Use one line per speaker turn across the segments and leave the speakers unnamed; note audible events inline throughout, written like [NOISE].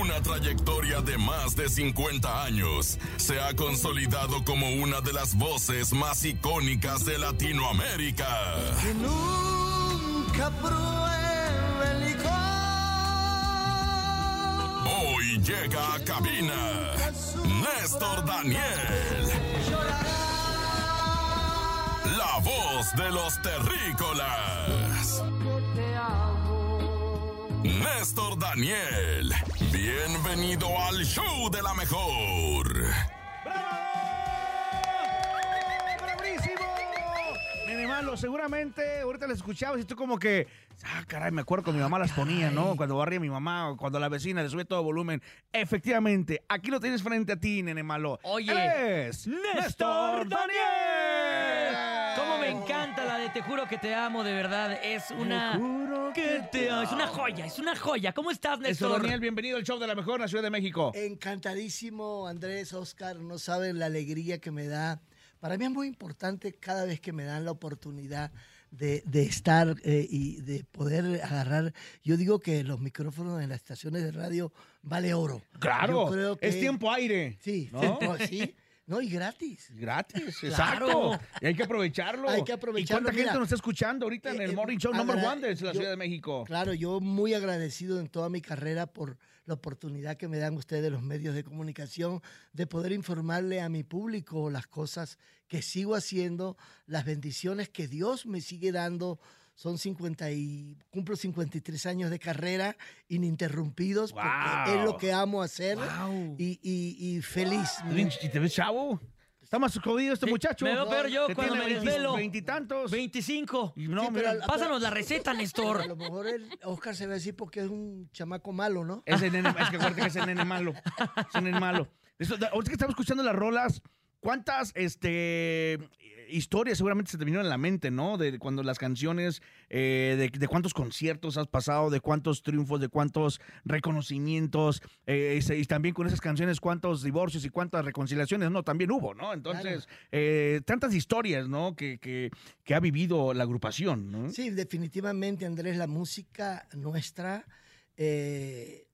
una trayectoria de más de 50 años, se ha consolidado como una de las voces más icónicas de Latinoamérica.
Que nunca pruebe el licor.
Hoy llega a cabina Néstor Daniel. La voz de los terrícolas. Néstor Daniel, bienvenido al show de la mejor.
¡Bravo! ¡Bravísimo! Nene malo, seguramente ahorita las escuchabas y tú como que, ah, caray, me acuerdo que mi mamá las ponía, ¿no? Cuando barría mi mamá o cuando la vecina le sube todo volumen. Efectivamente, aquí lo tienes frente a ti, nene malo.
Oye,
es
Néstor Daniel. Cómo me encanta la de Te juro que te amo, de verdad. Es una
juro
que te amo. Es una joya, es una joya. ¿Cómo estás,
Néstor
Néstor?
Daniel, bienvenido al show de la mejor en la Ciudad de México.
Eh, Encantadísimo, Andrés, Oscar, no saben la alegría que me da. Para mí es muy importante cada vez que me dan la oportunidad de, de estar eh, y de poder agarrar. Yo digo que los micrófonos en las estaciones de radio vale oro.
Claro,
Yo creo que-
es tiempo aire.
Sí,
¿no?
tiempo- sí. No, y gratis.
Gratis,
Claro.
exacto. Y hay que aprovecharlo.
Hay que
¿Y
aprovecharlo,
cuánta
mira.
gente nos está escuchando ahorita en
Eh,
el
eh,
Morning Show Number
agra-
One de la
yo-
Ciudad de México?
Claro, yo muy agradecido en toda mi carrera por la oportunidad que me dan ustedes los medios de comunicación de poder informarle a mi público las cosas que sigo haciendo, las bendiciones que Dios me sigue dando. Son 50 y cumplo 53 años de carrera ininterrumpidos porque
Wow.
es lo que amo hacer
Wow.
y, y- y feliz.
Lynch, ¿y te ves chavo? Está más jodido este
Sí,
muchacho.
me veo peor yo
Que
cuando
tiene
me
20
desvelo.
Veintitantos.
25.
Y No, mira,
Sí, pero al-
Pásanos la receta,
A
Néstor.
lo mejor el Oscar se va a decir porque es un chamaco malo, ¿no?
ese nene, es que acuérdate que ese nene malo. Ese nene malo. Eso, da- ahorita que estamos escuchando las rolas, ¿cuántas este, eh, historias seguramente se te vinieron a la mente, no? De cuando las canciones, eh, de, de cuántos conciertos has pasado, de cuántos triunfos, de cuántos reconocimientos, eh, y, se- y también con esas canciones, cuántos divorcios y cuántas reconciliaciones, no, también hubo, ¿no? Entonces, eh, tantas historias, ¿no? Que, que, que ha vivido la agrupación, ¿no?
Sí, definitivamente, Andrés, la música nuestra. eh,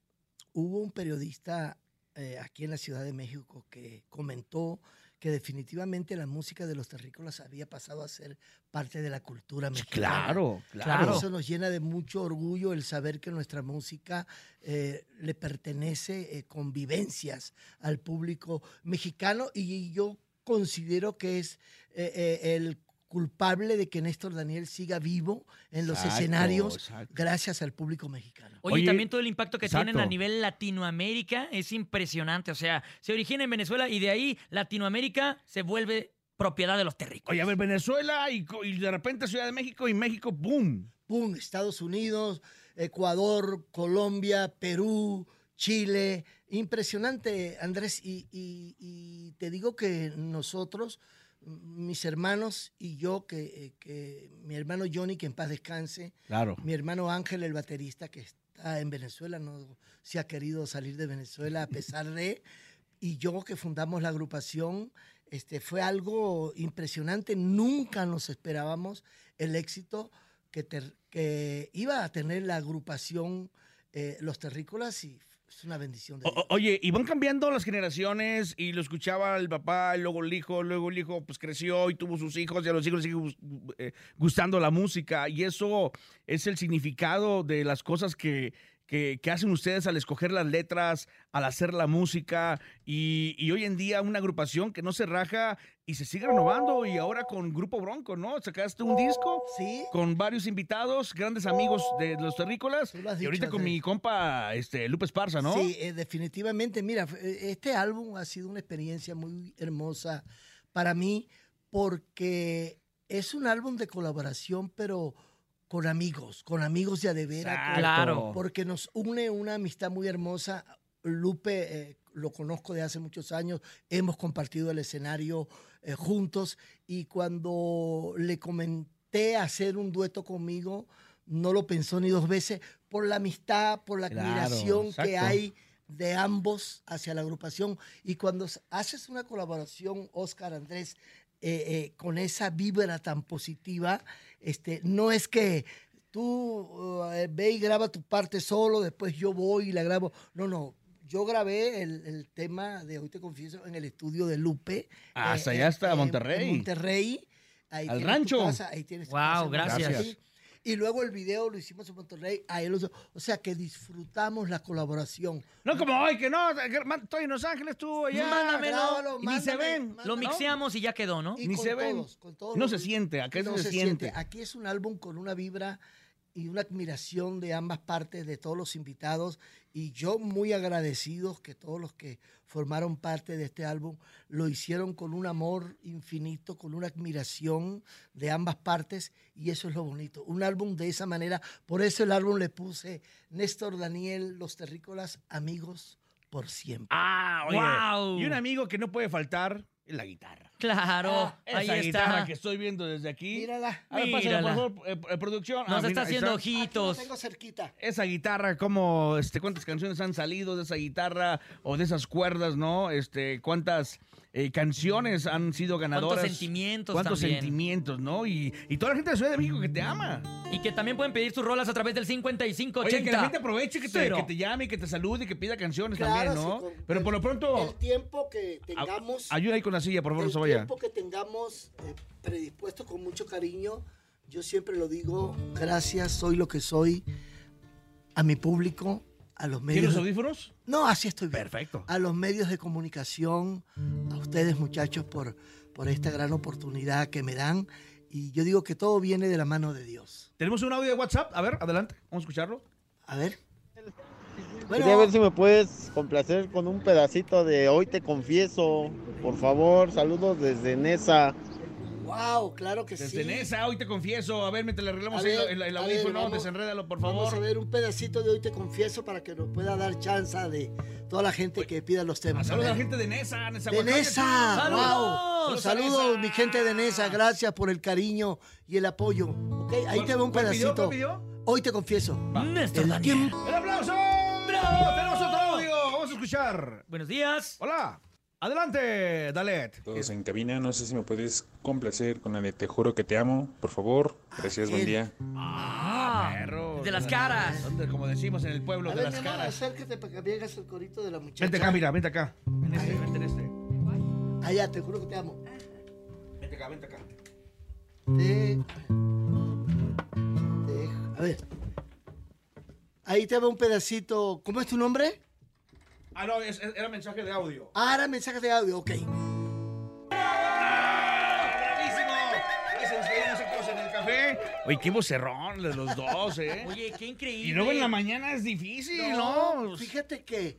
hubo un periodista eh, aquí en la Ciudad de México que comentó que definitivamente la música de los terrícolas había pasado a ser parte de la cultura mexicana.
Claro,
Por
claro.
Eso nos llena de mucho orgullo el saber que nuestra música eh, le pertenece eh, con vivencias al público mexicano y yo considero que es eh, eh, el culpable de que Néstor Daniel siga vivo en los
Exacto,
escenarios
exacto.
gracias al público mexicano.
Oye,
Oye,
también todo el impacto que tienen a
exacto.
nivel Latinoamérica es impresionante. O sea, se origina en Venezuela y de ahí Latinoamérica se vuelve propiedad de los terrícolas.
Oye, a ver, Venezuela y, co- y de repente Ciudad de México y México, ¡boom!
¡Pum! Estados Unidos, Ecuador, Colombia, Perú, Chile. Impresionante, Andrés. Y, y- y te digo que nosotros, m- mis hermanos y yo, que, eh, que mi hermano Johnny, que en paz descanse,
Claro.
mi hermano Ángel, el baterista, que está en Venezuela, no se ha querido salir de Venezuela a pesar de. Y yo que fundamos la agrupación, este, fue algo impresionante. Nunca nos esperábamos el éxito que, ter- que iba a tener la agrupación eh, Los Terrícolas y es una bendición de
O-
Dios.
o- oye, y van cambiando las generaciones y lo escuchaba el papá, y luego el hijo, luego el hijo pues creció y tuvo sus hijos y a los hijos les sigue gus- gu- eh, gustando la música y eso es el significado de las cosas que, que, que hacen ustedes al escoger las letras, al hacer la música y, y hoy en día una agrupación que no se raja y se sigue renovando y ahora con Grupo Bronco, ¿no? Sacaste un disco.
¿Sí?
con varios invitados, grandes amigos de los terrícolas.
Tú lo has
y
dicho,
ahorita con
Andrés.
mi compa este, Lupe Esparza, ¿no?
Sí, eh, definitivamente. Mira, f- eh, este álbum ha sido una experiencia muy hermosa para mí porque es un álbum de colaboración, pero con amigos, con amigos de
Exacto.
Adevera,
Claro.
porque nos une una amistad muy hermosa. Lupe eh, lo conozco de hace muchos años, hemos compartido el escenario eh, juntos y cuando le comenté hacer un dueto conmigo, no lo pensó ni dos veces por la amistad, por la
Claro,
admiración que
exacto.
hay de ambos hacia la agrupación. Y cuando s- haces una colaboración, Oscar Andrés, eh, eh, con esa vibra tan positiva, este, no es que tú uh, eh, ve y graba tu parte solo, después yo voy y la grabo. No, no. yo grabé el, el tema de Hoy Te Confieso en el estudio de Lupe.
Ah,
eh,
Hasta allá, hasta
en-
Monterrey.
En Monterrey. Ahí
Al
tienes tu
rancho.
casa, ahí tienes tu
Wow,
casa,
gracias.
Gracias.
Y luego el video lo hicimos en Monterrey. Ahí lo, o sea que disfrutamos la colaboración.
No como hoy, que no, que man- estoy en Los Ángeles, tú allá.
Mándamelo,
Ah, grábalo,
y ni se
mándame,
ven.
mándame.
Lo mixeamos y ya quedó, ¿no?
Y
Ni
con
se ven.
todos, con todos
No
los-
se siente, acá
no
se, siente.
Aquí es un álbum con una vibra y una admiración de ambas partes, de todos los invitados. Y yo muy agradecido que todos los que formaron parte de este álbum lo hicieron con un amor infinito, con una admiración de ambas partes. Y eso es lo bonito. Un álbum de esa manera. Por eso el álbum le puse Néstor Daniel, Los Terrícolas, amigos por siempre.
Ah, oye.
Guau.
Y un amigo que no puede faltar es la guitarra.
Claro,
Ah,
ahí
Esa guitarra
está.
que estoy viendo desde aquí.
Mírala.
A ver, pásala, por
Mírala.
favor, eh, eh, producción.
Nos
Ah,
está
mira, ahí
haciendo
está.
Aquí lo
ojitos.
tengo cerquita.
Esa guitarra, cómo, este, cuántas canciones han salido de esa guitarra o de esas cuerdas, ¿no? Este, cuántas eh, canciones han sido ganadoras.
Cuántos sentimientos
Cuántos
también.
sentimientos, ¿no? Y, y toda la gente de Ciudad de México que te ama.
Y que también pueden pedir sus rolas a través del 5580.
Oye, que la gente aproveche que te,
Cero.
que te llame, que te salude, que pida canciones
Claro,
también, ¿no?
sí, con-
Pero por lo
El
pronto,
tiempo que
a-
tengamos,
ayuda ahí con la silla, por favor, no
el
se vaya.
tiempo que tengamos eh, predispuesto con mucho cariño, yo siempre lo digo, gracias, soy lo que soy, a mi público, a los
¿Tienes
medios.
los audífonos?
No, así estoy bien.
Perfecto.
A los medios de comunicación, a ustedes muchachos por, por esta gran oportunidad que me dan. Y yo digo que todo viene de la mano de Dios.
Tenemos un audio de WhatsApp. A ver, adelante. Vamos a escucharlo.
A ver.
Quería ver si me puedes complacer con un pedacito de Hoy te confieso. Por favor, saludos desde Nesa.
wow, claro que
Desde
sí.
Nesa, hoy te confieso. A ver, mientras le arreglamos
A
ahí
ver,
el, el
a ver,
audífono,
vamos-
desenrédalo, por
Vamos a
favor.
ver un pedacito de hoy, te confieso, para que nos pueda dar chance de toda la gente que pida los temas.
Ah, Saludos a la
ver.
gente de Nesa, Nesa.
de Nesa,
¡Saludos!
wow. Saludos,
Saludos a
mi
Nesa.
gente de Nesa, gracias por el cariño y el apoyo. Ok, ahí te va un pedacito. Hoy te confieso.
Néstor
El
Daniel.
tiempo-
¡El aplauso!
¡Bravo!
Tenemos otro audio. Vamos a escuchar.
Buenos días.
Hola. Adelante, Dalet.
Todos en cabina, no sé si me puedes complacer con la de Te juro que te amo, por favor. Gracias, buen
Él.
día.
Ah,
Perro.
de las caras.
Donde, Como decimos en el pueblo,
A
de
ver,
las
mi amor,
caras.
acércate para que veas el corito de la muchacha.
Vente acá, mira, vente acá. Ven este, vente en este.
Allá, Ah, te juro que te amo.
Vente acá, vente acá.
Te- te- A ver. Ahí te va un pedacito. ¿Cómo es tu nombre?
Ah, no, es- era mensaje de audio.
Ahora mensajes de audio, ok.
¡Bravísimo! Ahí se despidieron hace cosas en el café. Oye, qué vocerrón de los dos, ¿eh?
Oye, qué increíble.
y luego en la mañana es difícil, ¿no? pues.
Fíjate que,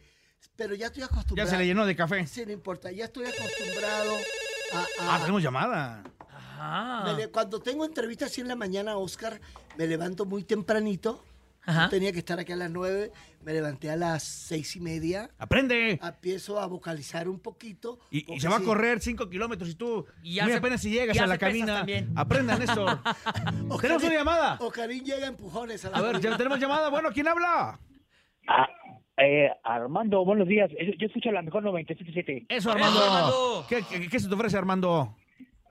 pero ya estoy
Ya
acostumbrado.
se le llenó de café.
Sí, no importa. Ya estoy acostumbrado a... a-
Ah, tenemos llamada.
me
Ajá.
le- cuando tengo entrevistas así en la mañana, Oscar, me levanto muy tempranito.
Ajá.
Ah.
Yo tenía que estar aquí a las 9. Me levanté a las seis y media.
¡Aprende!
Empiezo a vocalizar un poquito.
Y, y
porque
se va a
Ah, sí.
correr 5 kilómetros y tú.
Y
Y muy
hace-
apenas si llegas
y
a la
hace pesas
cabina.
también.
Aprendan eso.
Oscarín-
¡Tenemos una llamada!
Oscarín llega a empujones a la
A ver, ya
cabina.
tenemos llamada. Bueno, ¿quién habla?
Ah, eh, Armando, buenos días. Yo, yo escucho la mejor 977.
Eso,
Armando.
Armando. ¿Qué, qué- qué se te ofrece, Armando?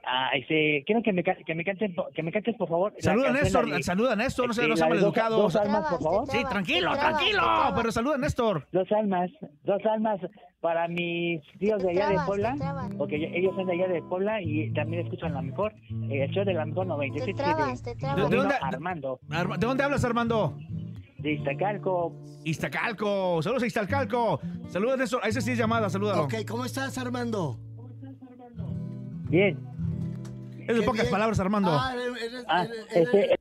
Ah, este, quiero que me, ca- que me cantes, po- que me cantes por favor. la
Saluda a
canción,
Néstor.
la de-
Saluda a Néstor. No
sí,
seas no
la
sea
de dos-
maleducado.
Dos almas, por favor.
Sí, tranquilo, tranquilo. Pero saluda a Néstor.
Dos almas, dos almas para mis tíos de allá de Puebla, porque yo- ellos son de allá de Puebla y también escuchan la mejor, eh, el show de la mejor 977.
¿De, de
Vino
dónde,
Armando,
Arma- ¿De dónde hablas, Armando?
de Iztacalco.
Iztacalco. Saludos a Iztacalco. Saludos, Néstor. Ahí sí es llamada. Salúdalo.
Ok, ¿cómo estás, Armando?
Bien.
Es de
Qué
pocas
bien.
palabras, Armando.
Ah, eres- eres-
Ah,
eres-
este-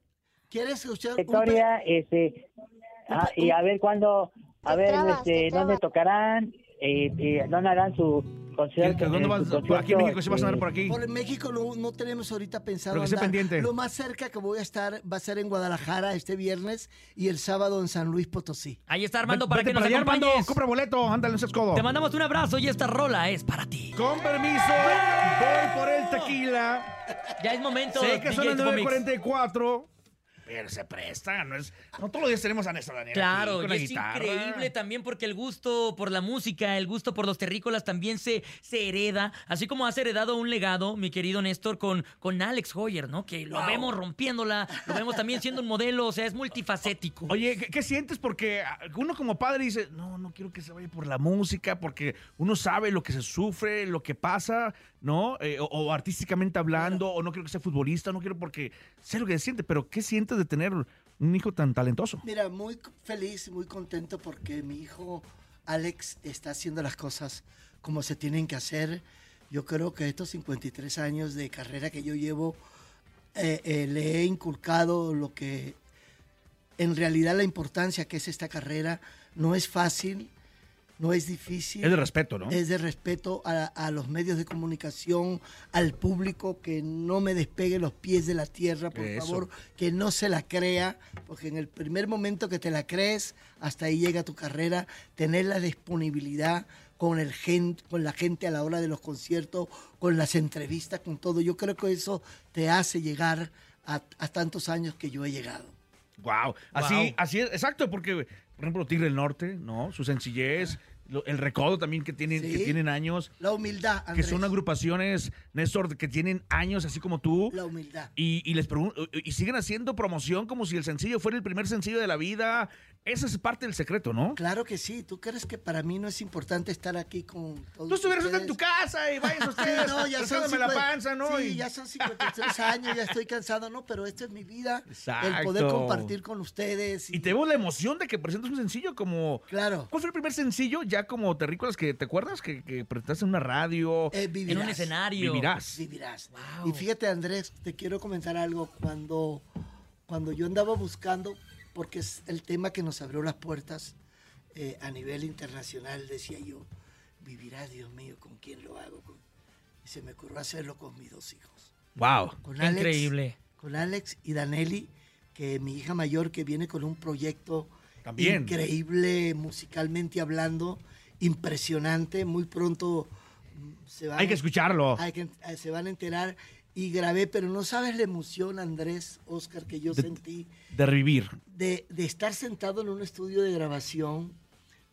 ¿Quieres escuchar un pe-
Victoria, este, ah, y a ver cuándo, a ver, este, dónde tocarán, eh, eh, dónde harán su concierto.
¿Qué- dónde
eh,
vas?
su
Aquí en México se va a sonar
eh,
por aquí.
Por México no, no tenemos ahorita pensado.
Pero que esté
andar.
pendiente.
Lo más cerca que voy a estar va a ser en Guadalajara este viernes y el sábado en San Luis Potosí.
Ahí está Armando
Vete
para que nos
allá,
acompañes.
Armando, compra boleto, ándale un sescodo.
Te mandamos un abrazo y esta rola es para ti.
Con permiso, voy por el tequila.
Ya es momento.
Sé que son
DJ
las
Tubo Mix.
9.44, pero se presta. No, es, no todos los días tenemos a Néstor Daniel. aquí
Claro,
con
y
la
es
guitarra.
increíble también porque el gusto por la música, el gusto por los terrícolas también se, se hereda, así como has heredado un legado, mi querido Néstor, con, con Alex Hoyer, ¿no? Que lo vemos rompiéndola, lo vemos también siendo un modelo, o sea, es multifacético.
Oye, ¿qué, qué sientes? Porque ah, uno como padre dice, no, no quiero que se vaya por la música, porque uno sabe lo que se sufre, lo que pasa, ¿no? Eh, o, o artísticamente hablando, o no quiero que sea futbolista, no quiero porque sé lo que se siente, pero ¿qué sientes de tener un hijo tan talentoso?
Mira, muy c- feliz, muy contento porque mi hijo Alex está haciendo las cosas como se tienen que hacer. Yo creo que estos 53 años de carrera que yo llevo, eh, eh, le he inculcado lo que en realidad la importancia que es esta carrera. No es fácil, no es difícil.
Es de respeto, ¿no?
Es de respeto a, a los medios de comunicación, al público, que no me despegue los pies de la tierra, por
Eso.
favor, que no se la crea, porque en el primer momento que te la crees, hasta ahí llega tu carrera, tener la disponibilidad con, el gen- con la gente a la hora de los conciertos, con las entrevistas, con todo. Yo creo que eso te hace llegar a, a tantos años que yo he llegado.
Wow. Así,
Guau.
así es, exacto, porque, por ejemplo, Tigre del Norte, ¿no? Su sencillez, lo- el recodo también que tienen, que
Sí.
tienen años,
La humildad,
que
Andrés,
son agrupaciones, Néstor, que tienen años así como tú.
la humildad.
Y, y les pregun- y siguen haciendo promoción como si el sencillo fuera el primer sencillo de la vida. Esa es parte del secreto, ¿no?
Claro que sí. ¿Tú crees que para mí no es importante estar aquí con todos
Tú estuvieras ahorita
ustedes?
en tu casa y vayas
[LAUGHS] Sí,
ustedes.
no, ya son
rascándome la
50
panza, ¿no?
Sí,
Y-
ya son 53 años, ya estoy cansado, no, pero esta es mi vida. El poder
Exacto.
compartir con ustedes.
Y te veo la emoción de que presentas un sencillo como...
Claro.
¿Cuál fue el primer sencillo ya como terrícolas que te acuerdas? Que, que presentaste en una radio.
eh,
En un
vivirás,
escenario.
Vivirás.
Vivirás.
Wow.
Y fíjate, Andrés, te quiero comentar algo. Cuando, cuando yo andaba buscando, porque es el tema que nos abrió las puertas eh, a nivel internacional, decía yo, vivirás, Dios mío, ¿con quién lo hago? Con- Y se me ocurrió hacerlo con mis dos hijos.
Wow.
Con
Qué
Alex,
increíble.
con Alex y Danelli, que mi hija mayor que viene con un proyecto
También.
increíble musicalmente hablando, impresionante, muy pronto mm, se van,
Hay que escucharlo.
hay que- eh, se van a enterar y grabé, pero no sabes la emoción, Andrés, Oscar, que yo
De-
sentí
De revivir.
de, de estar sentado en un estudio de grabación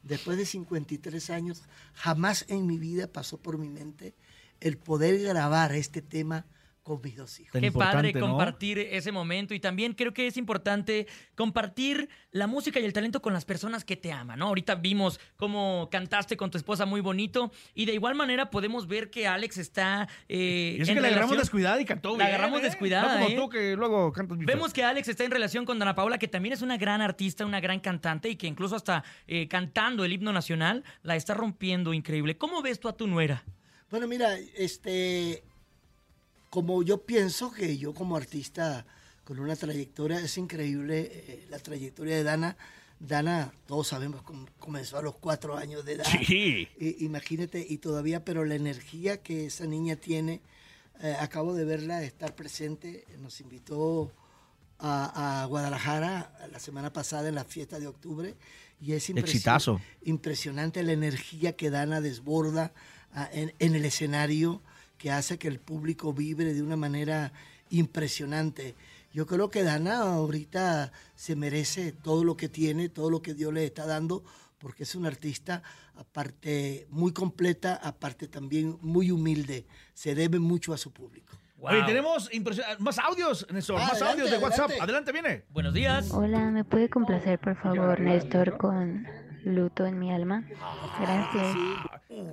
después de 53 años, jamás en mi vida pasó por mi mente el poder grabar este tema con mis dos hijos.
Tan
Qué padre
importante, ¿no?
compartir ese momento y también creo que es importante compartir la música y el talento con las personas que te aman, ¿no? Ahorita vimos cómo cantaste con tu esposa muy bonito y de igual manera podemos ver que Alex está eh,
Y eso
en
que la agarramos
relación-
descuidada y cantó
La
bien,
agarramos
¿eh?
descuidada,
No como
¿eh?
tú que luego cantas bien
Vemos que Alex está en relación con Dana Paola, que también es una gran artista, una gran cantante y que incluso hasta eh, cantando el himno nacional la está rompiendo increíble. ¿Cómo ves tú a tu nuera?
Bueno, mira, este, como yo pienso que yo como artista con una trayectoria, es increíble eh, la trayectoria de Dana. Dana, todos sabemos, com- comenzó a los cuatro años de edad.
Sí.
Eh, imagínate, y todavía, pero la energía que esa niña tiene, eh, acabo de verla estar presente, nos invitó a, a Guadalajara la semana pasada en la fiesta de octubre, y es impresi-
Exitazo.
impresionante la energía que Dana desborda ah, en, en el escenario, que hace que el público vibre de una manera impresionante. Yo creo que Dana ahorita se merece todo lo que tiene, todo lo que Dios le está dando, porque es una artista aparte muy completa, aparte también muy humilde. Se debe mucho a su público.
Oye,
Wow.
tenemos impresio- ah, más audios, Néstor,
Ah,
más
adelante,
audios de WhatsApp.
adelante.
Adelante, viene.
Buenos días.
Hola, ¿me puede complacer por favor, Néstor, con luto en mi alma? Gracias.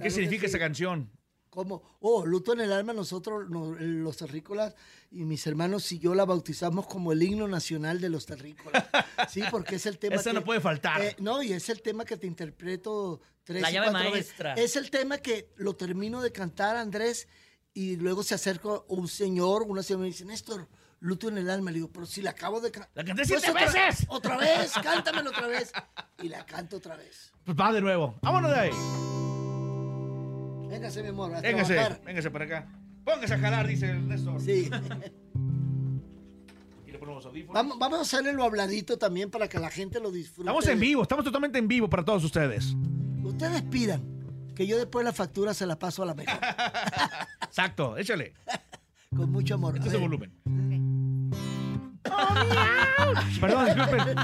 ¿Qué significa esa canción?
¿Cómo? Oh, Luto en el Alma, nosotros, no- eh, los terrícolas y mis hermanos y yo la bautizamos como el himno nacional de los terrícolas.
[LAUGHS]
Sí, porque es el tema.
Esa no puede faltar.
Eh, no, y es el tema que te interpreto tres
La
y
llave
cuatro
maestra.
veces. Es el tema que lo termino de cantar, Andrés, y luego se acerca un señor, una señora, y me dice, Néstor, Luto en el Alma. Le digo, pero si la acabo de cantar. Pues
¡La canté siete
otra,
veces!
¡Otra vez! ¡Cántamelo otra vez! Y la canto otra vez.
Pues va de nuevo. Vámonos de ahí.
Véngase, mi amor, a
Véngase,
trabajar.
véngase para acá. Póngase a jalar, dice el Néstor.
Sí.
Y le ponemos audífonos.
Vamos, vamos a hacerle lo habladito también para que la gente lo disfrute.
Estamos en vivo, estamos totalmente en vivo para todos ustedes.
Ustedes pidan que yo después la factura se la paso a
[LAUGHS]
la mejor.
Exacto, échale.
Con mucho amor. A
Este es el
ver. [LAUGHS]
volumen. Perdón, disculpen.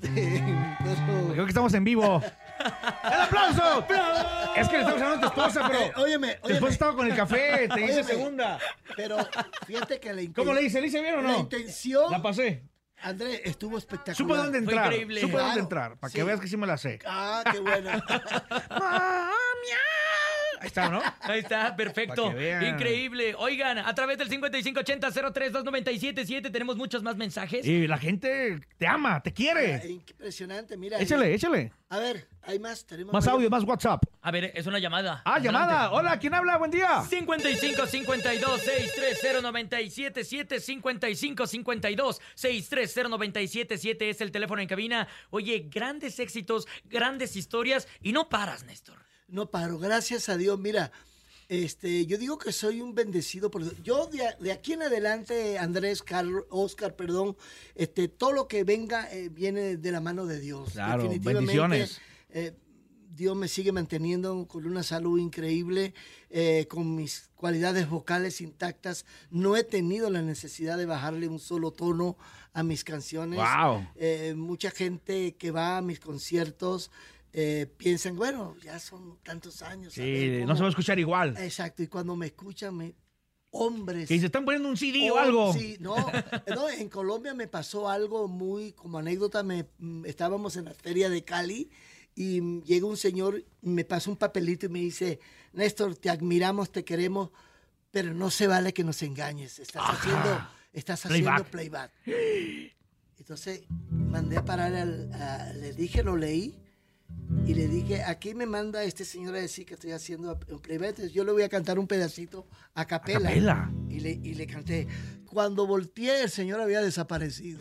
[LAUGHS]
Creo que estamos en vivo. ¡El aplauso! Es que le estamos hablando a tu esposa,
Eh,
pero.
óyeme,
Tu esposa
óyeme.
estaba con el café, te hice
Óyeme.
segunda.
Pero fíjate que la inten-
¿Cómo le hice? ¿Le hice bien o
La
no?
intención.
La pasé.
André, estuvo espectacular.
Supe dónde
Fue
entrar.
increíble.
Supe dónde
Claro,
entrar. Para que
sí. ¡Oh,
veas que sí me la
[LAUGHS]
sé.
Ah, qué
[LAUGHS]
bueno.
¡Ah, miau! Ahí está, ¿no?
Ahí está, perfecto.
[LAUGHS] Pa' que vean.
Increíble. Oigan, a través del 5580-032977 tenemos muchos más mensajes.
Y la gente te ama, te quiere.
[LAUGHS] Impresionante, mira.
Échale, échale.
A ver, hay más, tenemos
Más
varios.
audio, más WhatsApp.
A ver, es una llamada.
Ah,
Adelante.
llamada. Hola, ¿quién habla? Buen día.
55 52 630 977 55 52 630 977 es el teléfono en cabina. Oye, grandes éxitos, grandes historias y no paras, Néstor.
No paro, gracias a Dios. Mira, este, yo digo que soy un bendecido. Por, yo de, a- de aquí en adelante, Andrés, Carlos, Oscar, perdón, este, todo lo que venga eh, viene de la mano de Dios.
Claro, bendiciones.
eh, Dios me sigue manteniendo con una salud increíble, eh, con mis cualidades vocales intactas. No he tenido la necesidad de bajarle un solo tono a mis canciones.
Wow.
Eh, mucha gente que va a mis conciertos eh, piensan, bueno, ya son tantos años. a
Sí,
ver
no se va a
cómo". Eh,
escuchar igual.
Exacto, y cuando me escuchan, me- hombres.
Que se están poniendo un CD o
hom-
algo.
Oh, sí, no, [LAUGHS] no, en Colombia me pasó algo muy, como anécdota, me, mm, estábamos en la feria de Cali y mm, llega un señor, me pasa un papelito y me dice, Néstor, te admiramos, te queremos, pero no se vale que nos engañes, estás haciendo, estás haciendo
Playback.
playback. Entonces mandé a parar al. a- le dije, lo leí. Y le dije, aquí me manda este señor a decir que estoy haciendo un playback. entonces Yo le voy a cantar un pedacito a capela.
capela.
Y, le, y le canté. Cuando volteé, el señor había desaparecido.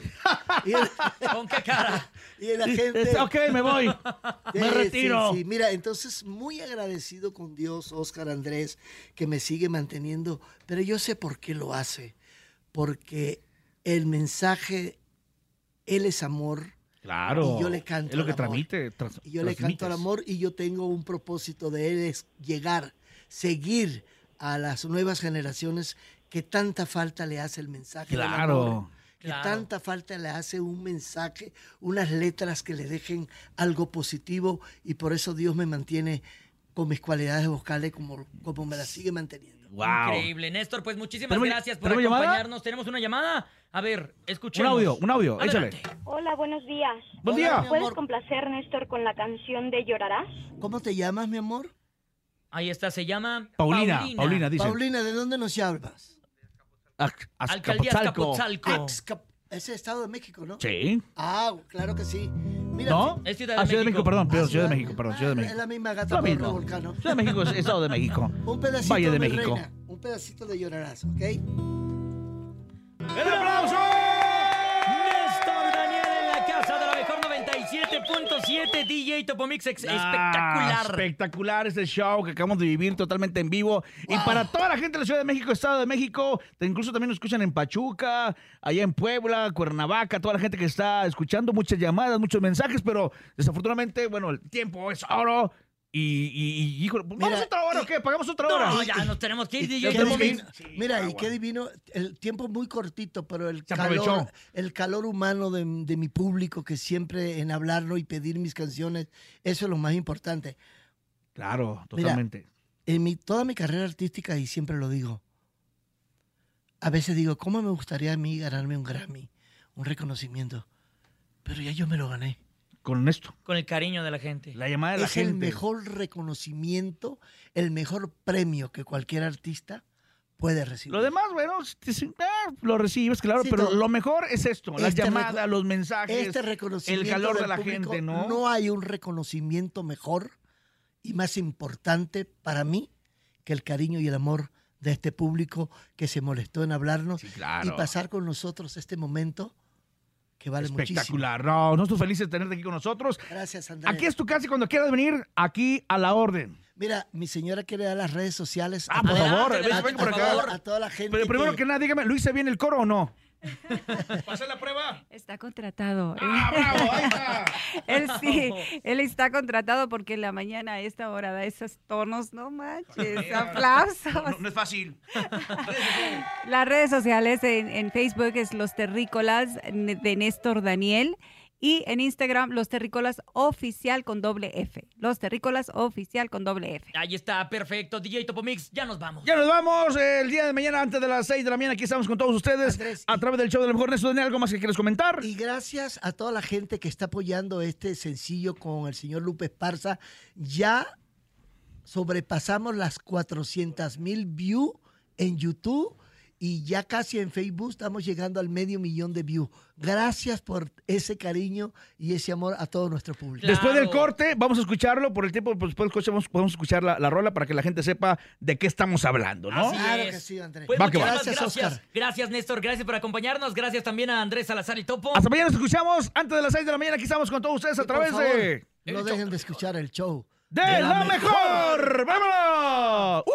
y, el-
¿Con qué cara?
y la
Sí,
gente.
es- ok, me
[LAUGHS]
voy.
Sí,
Me
sí,
retiro.
sí. Mira, entonces muy agradecido con Dios, Oscar Andrés, que me sigue manteniendo, pero yo sé por qué lo hace, porque el mensaje, Él es amor,
Claro.
Y yo le canto
Es lo que
al amor.
transmite. trans-
y yo le canto al
transmites.
amor y yo tengo un propósito de Él, es llegar, seguir a las nuevas generaciones que tanta falta le hace el mensaje. del amor
Claro.
que
Claro.
tanta falta le hace un mensaje, unas letras que le dejen algo positivo y por eso Dios me mantiene con mis cualidades vocales como, como me las sigue manteniendo.
[LAUGHS] Wow.
Increíble. Néstor, pues muchísimas
¿Tenemos-
gracias por
tenemos llamada?
acompañarnos. ¿Tenemos una llamada? A ver,
Un
escuchemos.
audio, un audio.
Adelante.
Échale.
Hola, buenos días.
Buen
Hola,
día.
mi
¿Puedes
amor.
complacer, Néstor, con la canción de Llorarás?
¿Cómo te llamas, mi amor?
Ahí está, se llama
Paulina, Paulina, dice.
Paulina, ¿de dónde nos llamas?
Ac-
Alcaldía
Azcapotzalco.
Azcapotzalco.
Axca- Ese Estado de México, ¿no?
Sí.
Ah, claro que sí. Mira,
¿No?
Es Ciudad de
Ah, Ciudad de México,
México.
perdón.
ah,
Perdón, Ciudad de México, perdón.
ah,
Ciudad de
Es
México.
la misma gata
Lo
por
mismo.
volcano.
Ciudad de México es Estado de México.
Un pedacito
Valle de
mi
México.
reina, un pedacito de llorarás, ¿ok?
¡El aplauso!
Néstor Daniel en la casa de la mejor 97.7 DJ Topomix ex-
Ah,
espectacular.
espectacular este show que acabamos de vivir totalmente en vivo. Y para toda la gente de la Ciudad de México, Estado de México, te- incluso también nos escuchan en Pachuca, allá en Puebla, Cuernavaca, toda la gente que está escuchando, muchas llamadas, muchos mensajes, pero desafortunadamente, bueno, el tiempo es oro. Y, y, y, híjole, pues,
Mira,
¿vamos otra hora o qué? ¿Pagamos otra hora?
no, ya nos tenemos que ir,
Y
DJ
qué
Topomix.
divino.
Ah,
Mira, y qué divino, el tiempo muy cortito, pero el
Se
calor,
aprovechó.
el calor humano de, de mi público que siempre en hablarlo y pedir mis canciones, eso es lo más importante.
Claro,
Mira,
totalmente.
En mi, toda mi carrera artística, y siempre lo digo, a veces digo, ¿cómo me gustaría a mí ganarme un Grammy, un reconocimiento? Pero ya yo me lo gané.
con esto,
Con el cariño de la gente. [LAUGHS]
la llamada de la
es
gente.
el mejor reconocimiento, el mejor premio que cualquier artista puede recibir.
Lo demás, bueno, si te- si- ah, lo recibes, claro,
Sí,
pero
todo.
lo mejor es esto, las
Este
llamadas,
reco-
los mensajes.
este reconocimiento
el calor
del
de la
público,
gente, ¿no?
hay un reconocimiento mejor y más importante para mí que el cariño y el amor de este público que se molestó en hablarnos
Sí, claro.
y pasar con nosotros este momento que vale muchísimo.
Espectacular. No, nosotros felices de tenerte aquí con nosotros.
Gracias, Andrés.
Aquí es tu casa y cuando quieras venir, aquí a la orden.
Mira, mi señora quiere dar las redes sociales
Ah,
a,
por
toda,
favor,
adelante,
ven,
a-
ven
a
por
toda-
acá.
a toda la gente.
Pero primero que nada, dígame, ¿lo hice bien el coro o no? [LAUGHS] ¿Pasé la prueba?
Está contratado. [LAUGHS]
¡Ah, bravo! Ahí está.
él sí, él está contratado porque en la mañana a esta hora da esos tonos, no manches,
Mira.
aplausos.
es fácil.
Las redes sociales en, en Facebook es Los Terrícolas de Néstor Daniel. Y en Instagram, Los Terrícolas Oficial con doble F. Los Terrícolas Oficial con doble F.
Ahí está, perfecto. DJ Topomix, ya nos vamos.
Ya nos vamos. eh, El día de mañana, antes de las 6 de la mañana, aquí estamos con todos ustedes a través del show de la mejor. Néstor, ¿tiene algo más que quieres comentar?
Y gracias a toda la gente que está apoyando este sencillo con el señor Lupe Esparza. Ya sobrepasamos las 400 mil views en YouTube y ya casi en Facebook estamos llegando al medio millón de views. Gracias por ese cariño y ese amor a todo nuestro público.
Después del corte, vamos a escucharlo. Por el tiempo, pues, después del coche, vamos, podemos escuchar la, la rola para que la gente sepa de qué estamos hablando, ¿no?
Así
Claro
es.
que sí, Andrés.
Pues
Va que va.
muchísimas
Gracias,
gracias,
Oscar.
gracias, Néstor. Gracias por acompañarnos. Gracias también a Andrés Salazar y Topo.
Hasta mañana nos escuchamos. Antes de las 6 de la mañana, aquí estamos con todos ustedes a
Por
través
favor,
de.
No dejen de escuchar el show.
¡De la mejor! ¡Vámonos! ¡Uh!